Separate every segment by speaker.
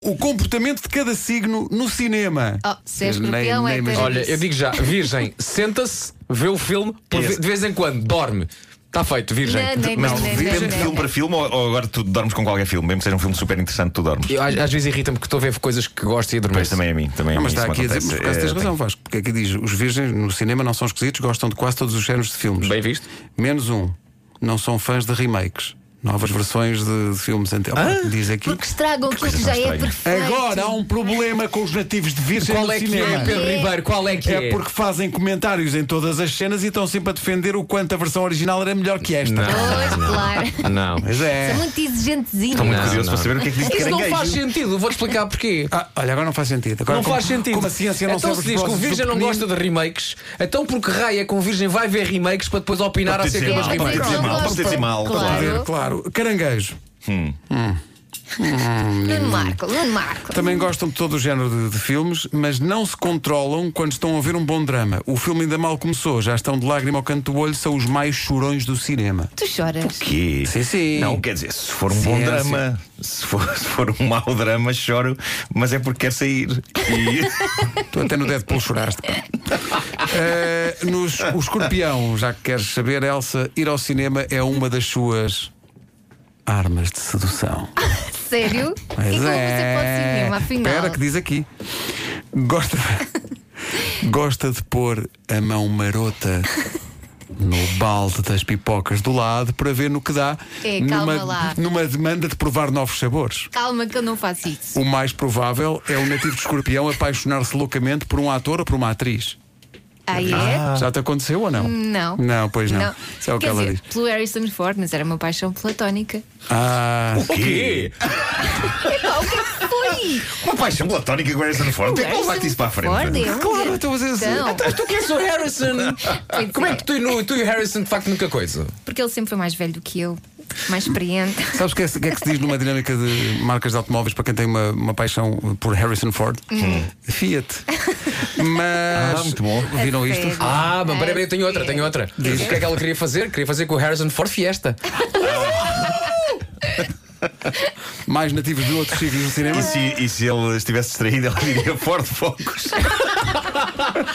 Speaker 1: o comportamento de cada signo no cinema.
Speaker 2: Oh, se é escorpião,
Speaker 1: Nem- nem
Speaker 2: é ter-
Speaker 1: imagino.
Speaker 3: Olha, eu digo já, Virgem, senta-se, vê o filme, por ve- de vez em quando, dorme. Está feito, Virgem.
Speaker 2: Não, nem-
Speaker 4: Mas
Speaker 2: nem- nem-
Speaker 4: depende
Speaker 2: nem-
Speaker 4: de
Speaker 2: nem-
Speaker 4: filme para filme ou, ou agora tu dormes com qualquer filme? Mesmo que seja um filme super interessante, tu dormes.
Speaker 3: Eu, às, às vezes irrita-me que estou a ver coisas que gosto e adormeço.
Speaker 4: Mas também a mim, também a
Speaker 1: Não,
Speaker 4: mim.
Speaker 1: mas está
Speaker 4: isso me
Speaker 1: aqui a dizer,
Speaker 4: acontece.
Speaker 1: mas por acaso
Speaker 4: Eh,
Speaker 1: tens razão, Vasco. Porque é que diz: os virgens no cinema não são esquisitos, gostam de quase todos os géneros de filmes.
Speaker 3: Bem visto.
Speaker 1: Menos um: não são fãs de remakes,
Speaker 3: Hum.
Speaker 1: novas versões de, de filmes anteriores.
Speaker 3: Ah,
Speaker 1: Diz aqui.
Speaker 2: Porque estragam aquilo que
Speaker 4: coisa
Speaker 2: já
Speaker 4: mais
Speaker 2: é
Speaker 4: estranha.
Speaker 2: perfeito.
Speaker 1: Agora há um problema com os nativos de virgem
Speaker 3: Qual
Speaker 1: no
Speaker 3: é que é,
Speaker 1: cinema.
Speaker 3: Pedro Ribeiro? Qual é que é?
Speaker 1: É porque fazem comentários em todas as cenas e estão sempre a defender o quanto a versão original era melhor que esta.
Speaker 2: Pois,
Speaker 3: Não,
Speaker 2: claro.
Speaker 3: não.
Speaker 1: Mas é.
Speaker 2: São muito exigentezinhos.
Speaker 4: Estou muito
Speaker 3: Não,
Speaker 4: curioso
Speaker 3: não.
Speaker 4: para saber o que é que diz
Speaker 3: Isso não
Speaker 4: caranguejo.
Speaker 3: faz sentido, vou-te explicar porquê.
Speaker 1: Ah, olha, agora não faz sentido. Agora
Speaker 3: Não
Speaker 1: como-
Speaker 3: faz sentido.
Speaker 1: Como a ciência não
Speaker 3: então
Speaker 1: sabe
Speaker 3: se diz que o
Speaker 1: propósitos do
Speaker 3: Virgem não
Speaker 1: pequenino,
Speaker 3: gosta de remakes, então por que raio é que um Virgem vai ver remakes para depois opinar
Speaker 4: Pode ter
Speaker 3: acerca
Speaker 4: sido
Speaker 3: das
Speaker 4: mal, pode
Speaker 3: remakes?
Speaker 4: ter sido mal, pode ter sido mal,
Speaker 2: Claro.
Speaker 4: claro.
Speaker 1: Poder, claro. Caranguejo.
Speaker 2: Nuno Marco, Nuno Marco.
Speaker 1: Também gostam de todo o género de, de filmes, mas não se controlam quando estão a ver um bom drama. O filme ainda mal começou, já estão de lágrima ao canto do olho, são os mais chorões do cinema.
Speaker 2: Tu choras.
Speaker 4: quê?
Speaker 1: Sim, sim. é,
Speaker 4: Não, quer dizer, se for um bom
Speaker 1: Ciência.
Speaker 4: drama, se for, se for um mau drama, choro, mas é porque quero sair. E
Speaker 1: Tu até no Deadpool choraste. pá. Eh, nos, o escorpião, já que queres saber, Elsa, ir ao cinema é uma das suas armas de sedução.
Speaker 2: Sério? é e como você pode ser mesmo, afinal?
Speaker 1: é. Espera, que diz aqui. Gosta Gosta de pôr a mão marota no balde das pipocas do lado para ver no que dá.
Speaker 2: É, calma
Speaker 1: numa,
Speaker 2: lá.
Speaker 1: numa demanda de provar novos sabores.
Speaker 2: Calma que eu não faço isso.
Speaker 1: O mais provável é o nativo de escorpião apaixonar-se loucamente por um ator ou por uma atriz.
Speaker 2: Ah, é?
Speaker 1: Já te aconteceu ou não?
Speaker 2: Não.
Speaker 1: Não, pois não. Isso é o que
Speaker 2: Quer
Speaker 1: ela
Speaker 2: dizer,
Speaker 1: diz.
Speaker 2: pelo Harrison Ford, mas era uma paixão platónica.
Speaker 1: Ah,
Speaker 4: o quê?
Speaker 2: Epá, o que é que foi?
Speaker 4: Uma paixão platónica com Harrison Ford.
Speaker 1: É
Speaker 4: Tem que levar isso para a frente.
Speaker 1: Claro, então, mas é assim.
Speaker 2: Não,
Speaker 3: Mas tu queres o Harrison? Como é que tu e, no- tu e o Harrison de facto nunca coisa?
Speaker 2: porque ele sempre foi mais velho do que eu, mais experiente.
Speaker 1: Sabes o que, é, o que é que se diz numa dinâmica de marcas de automóveis para quem tem uma, uma paixão por Harrison Ford? Fiat. Mas.
Speaker 4: Hum. Ah, muito bom.
Speaker 1: Viram
Speaker 2: A
Speaker 1: isto?
Speaker 2: sério?
Speaker 3: Ah, mas
Speaker 2: É
Speaker 3: peraí, peraí, eu tenho outra, tenho outra. O que é que ela queria fazer? Queria fazer com o Harrison Ford Fiesta.
Speaker 1: Mais nativos de outros signos do cinema?
Speaker 4: E se, e se ele estivesse distraído, ele diria Ford Focus.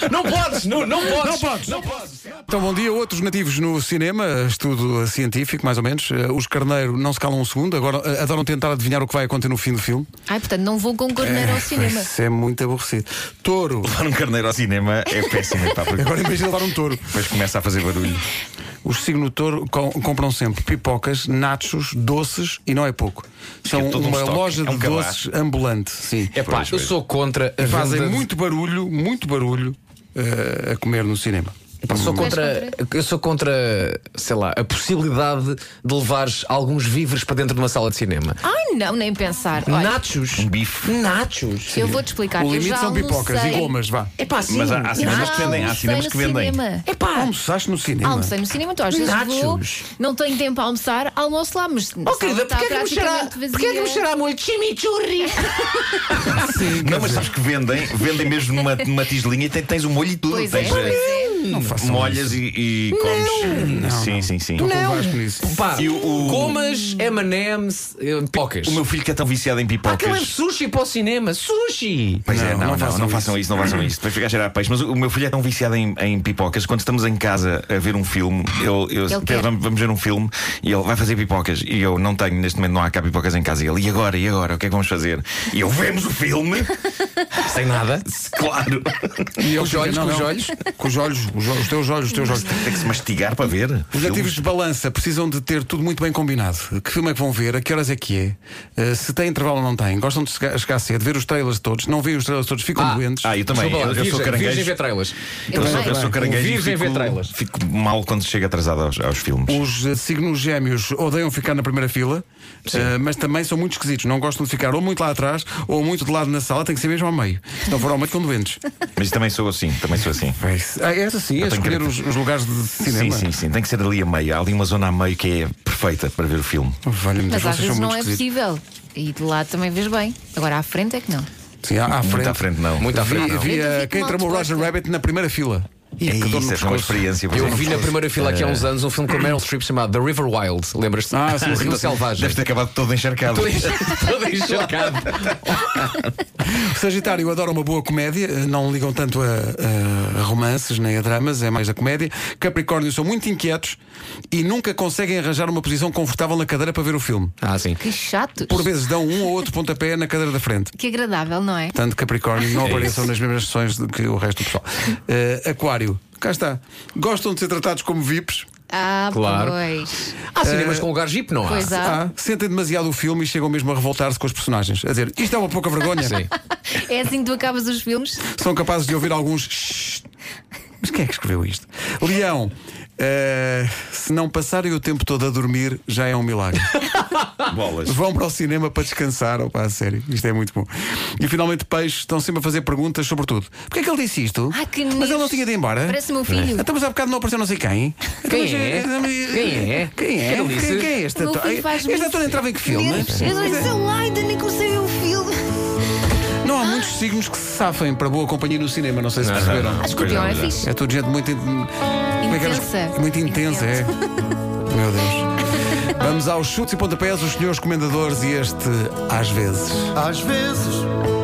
Speaker 4: É
Speaker 3: Não podes, não, não podes.
Speaker 1: Não podes. Então, bom dia. Outros nativos no cinema, estudo científico, mais ou menos. Eh, Os carneiro não se calam um segundo, agora eh, adoram tentar adivinhar o que vai acontecer no fim do filme.
Speaker 2: Ai, portanto, não vou com Gorneiro ao cinema.
Speaker 1: Isso é muito aborrecido. Touro.
Speaker 4: Levar um carneiro ao cinema é péssimo, pá, porque
Speaker 1: Agora imagina levar um touro.
Speaker 4: depois começa a fazer barulho.
Speaker 1: Os signo touro com- compram sempre pipocas, nachos, doces e não é pouco. São
Speaker 4: É todo um
Speaker 1: uma
Speaker 4: estoque,
Speaker 1: loja
Speaker 4: é um
Speaker 1: de
Speaker 4: cabaz.
Speaker 1: doces ambulante, sim.
Speaker 3: É pá,
Speaker 4: Pois,
Speaker 3: eu
Speaker 4: pois.
Speaker 3: sou contra a
Speaker 1: Fazem
Speaker 3: venda de-
Speaker 1: muito barulho, muito barulho eh, a comer no cinema.
Speaker 3: Epá, sou contra, eu sou contra, sei lá, a possibilidade de levares alguns víveres para dentro de uma sala de cinema.
Speaker 2: Ai, não, nem pensar. Olha,
Speaker 3: Nachos.
Speaker 4: Um bife.
Speaker 3: Nachos.
Speaker 2: eu vou-te explicar.
Speaker 1: o
Speaker 2: eu
Speaker 1: limite
Speaker 2: já
Speaker 1: são pipocas
Speaker 2: almocei-
Speaker 1: e gomas, vá.
Speaker 3: É pá, sim.
Speaker 4: Mas há, há
Speaker 2: Eu
Speaker 4: cinemas
Speaker 2: já
Speaker 4: que vendem. Há
Speaker 2: almocei
Speaker 4: cinemas
Speaker 2: no
Speaker 4: que vendem.
Speaker 2: cinema.
Speaker 3: É pá.
Speaker 1: Almoçaste no cinema.
Speaker 2: Almocei no cinema, então às vezes vou,
Speaker 3: Nachos.
Speaker 2: não tenho tempo a almoçar, almoço lá, mas
Speaker 3: Oh, querida, porquê é que me cheira-
Speaker 2: praticamente
Speaker 3: porquê é que me
Speaker 2: vazia.
Speaker 3: cheira a molho de chimichurri?
Speaker 1: Sim,
Speaker 4: Não, mas sabes que vendem, vendem mesmo numa, numa tigelinha e tem- tens o molho e tudo.
Speaker 2: Pois é,
Speaker 4: tens,
Speaker 2: pois
Speaker 4: eh,
Speaker 2: é.
Speaker 4: molhas e, e comes. sim, sim, sim.
Speaker 1: não. Vasco nisso.
Speaker 3: Pá,
Speaker 4: E o- o-
Speaker 3: gomas, M&M's, eh, pipocas.
Speaker 4: O meu filho que é tão viciado em
Speaker 3: Há quem
Speaker 4: pipocas.
Speaker 3: leva sushi para o cinema. Sushi!
Speaker 4: Pois
Speaker 1: Não,
Speaker 4: é, não, não, não façam,
Speaker 1: não
Speaker 4: isso. não façam isso. Depois fica a cheirar a peixe. Mas o, o meu filho é tão viciado em, em pipocas. Quando estamos em casa a ver um filme, eu, eu-
Speaker 2: Ele
Speaker 4: Pedro,
Speaker 2: quer.
Speaker 4: vamos, vamos ver um filme e ele vai fazer pipocas. E eu não tenho, neste momento não há cá pipocas em casa. E ele, e agora? E agora? O que é que vamos fazer? E eu vemos o filme,
Speaker 3: Sem nada.
Speaker 4: claro.
Speaker 1: E eu
Speaker 3: os
Speaker 1: digo,
Speaker 3: olhos,
Speaker 1: não,
Speaker 3: com os
Speaker 1: não.
Speaker 3: olhos.
Speaker 1: Com os olhos, os, olhos, os teus olhos, os teus olhos.
Speaker 4: Tem que se mastigar para ver.
Speaker 1: Os
Speaker 4: filmes.
Speaker 1: nativos de balança precisam de ter tudo muito bem combinado. Que filme é que vão ver? A que horas é que é? Eh, se tem intervalo ou não tem? Gostam de chegar chegar cedo, ver os trailers todos? Não veem os trailers todos, ficam
Speaker 3: Ah,
Speaker 1: doentes.
Speaker 4: Ah, eu também.
Speaker 3: Desculpa lá,
Speaker 4: Eu, eu sou
Speaker 3: virgem- Virgem
Speaker 4: caranguejo. Então,
Speaker 3: ver trailers.
Speaker 4: Eu sou, eu sou caranguejo. e
Speaker 3: Virgem vê trailers.
Speaker 4: fico, fico mal quando chego atrasado aos, aos filmes.
Speaker 1: Os eh, signos gêmeos odeiam ficar na primeira fila, eh, mas também são muito esquisitos. Não gostam de ficar ou muito lá atrás ou muito de lado na sala, tem que ser mesmo ao meio. Se não for ao meio, ficam doentes.
Speaker 4: Mas também sou assim, também sou assim.
Speaker 1: Ah, essa sim, é
Speaker 4: tenho
Speaker 1: escolher
Speaker 4: que-
Speaker 1: os, os lugares de
Speaker 4: Sim,
Speaker 1: cinema.
Speaker 4: sim, sim. Tem que ser ali a meio. Há ali uma zona a meio que é perfeita para ver o filme.
Speaker 1: Valha-me Deus,
Speaker 2: Mas às
Speaker 1: vocês são
Speaker 2: vezes não
Speaker 1: muito
Speaker 2: é
Speaker 1: esquisitos.
Speaker 2: possível. E de lado também vês bem. Agora à frente é que não.
Speaker 1: Sim, à, à
Speaker 4: Muito
Speaker 1: frente.
Speaker 4: à frente, não.
Speaker 3: Muito à frente,
Speaker 1: Vi-
Speaker 3: não.
Speaker 1: vi,
Speaker 2: Eu
Speaker 1: eh,
Speaker 2: duvido
Speaker 1: quem
Speaker 2: mal
Speaker 1: tramou o
Speaker 2: disposta.
Speaker 1: Roger Rabbit na primeira fila. Ih,
Speaker 4: É
Speaker 1: que dor no
Speaker 4: isso, é uma
Speaker 1: pescoço.
Speaker 4: experiência. por
Speaker 3: Eu
Speaker 4: exemplo.
Speaker 3: vi na primeira fila aqui há uns anos um filme com a Meryl Streep chamado The River Wild. Lembras-te?
Speaker 1: Ah, sim, sim.
Speaker 3: Rio Selvagem.
Speaker 4: Deve ter acabado todo encharcado.
Speaker 3: Todo enx- todo enxergado.
Speaker 1: Sagitário adora uma boa comédia, eh, não ligam tanto a, a romances nem a dramas, é mais a comédia. Capricórnio são muito inquietos e nunca conseguem arranjar uma posição confortável na cadeira para ver o filme.
Speaker 3: Ah, sim.
Speaker 2: Que chatos.
Speaker 1: Por vezes dão um ou outro pontapé na cadeira da frente.
Speaker 2: Que agradável, não é?
Speaker 1: Portanto, Capricórnio não apareçam nas mesmas sessões do que o resto do pessoal. Eh, Aquário, cá está. Gostam de ser tratados como VIPs.
Speaker 2: Ah,
Speaker 3: Claro. Ah,
Speaker 2: pois.
Speaker 3: Há
Speaker 4: Eh,
Speaker 3: cinemas com lugar jeep, não há?
Speaker 2: Pois há.
Speaker 1: Ah, sentem demasiado o filme e chegam mesmo a revoltar-se com os personagens. A dizer, isto é uma pouca vergonha.
Speaker 3: Sim.
Speaker 2: É assim que tu acabas os filmes?
Speaker 1: São capazes de ouvir alguns. "Shh". Mas quem é que escreveu isto? Leão, eh, se não passarem o tempo todo a dormir, já é um milagre.
Speaker 4: Bolas.
Speaker 1: Vão para o cinema para descansar, ou para a sério. Isto é muito bom. E finalmente, peixes estão sempre a fazer perguntas sobre tudo. Porquê é que ele disse isto?
Speaker 2: Ah, que
Speaker 1: mas ele não
Speaker 2: nojo.
Speaker 1: tinha de ir embora.
Speaker 2: Parece meu filho.
Speaker 1: Então, mas há bocado não apareceu não sei quem. Então, mas,
Speaker 3: é?
Speaker 1: eh, mas-
Speaker 3: Quem é?
Speaker 1: Quem é?
Speaker 3: Quem disse?
Speaker 1: Quem, quem é este
Speaker 2: O meu
Speaker 1: ator?
Speaker 2: filho faz
Speaker 1: Este
Speaker 2: muito-
Speaker 1: ator entrava em que filme?
Speaker 2: Nervos. Eu disse, lá, ainda nem comecei a ver o filme.
Speaker 1: Não há muitos signos que se safem para boa companhia no cinema, não sei se perceberam.
Speaker 4: não.
Speaker 2: Ah, escorpião é
Speaker 4: Coisa
Speaker 2: fixe.
Speaker 1: É tudo gente muito. in- Como é que era?
Speaker 2: Intensa.
Speaker 1: Muito intensa, é. Meu Deus. Vamos aos chutes e pontapés, os senhores comendadores e este, às vezes.
Speaker 5: Às vezes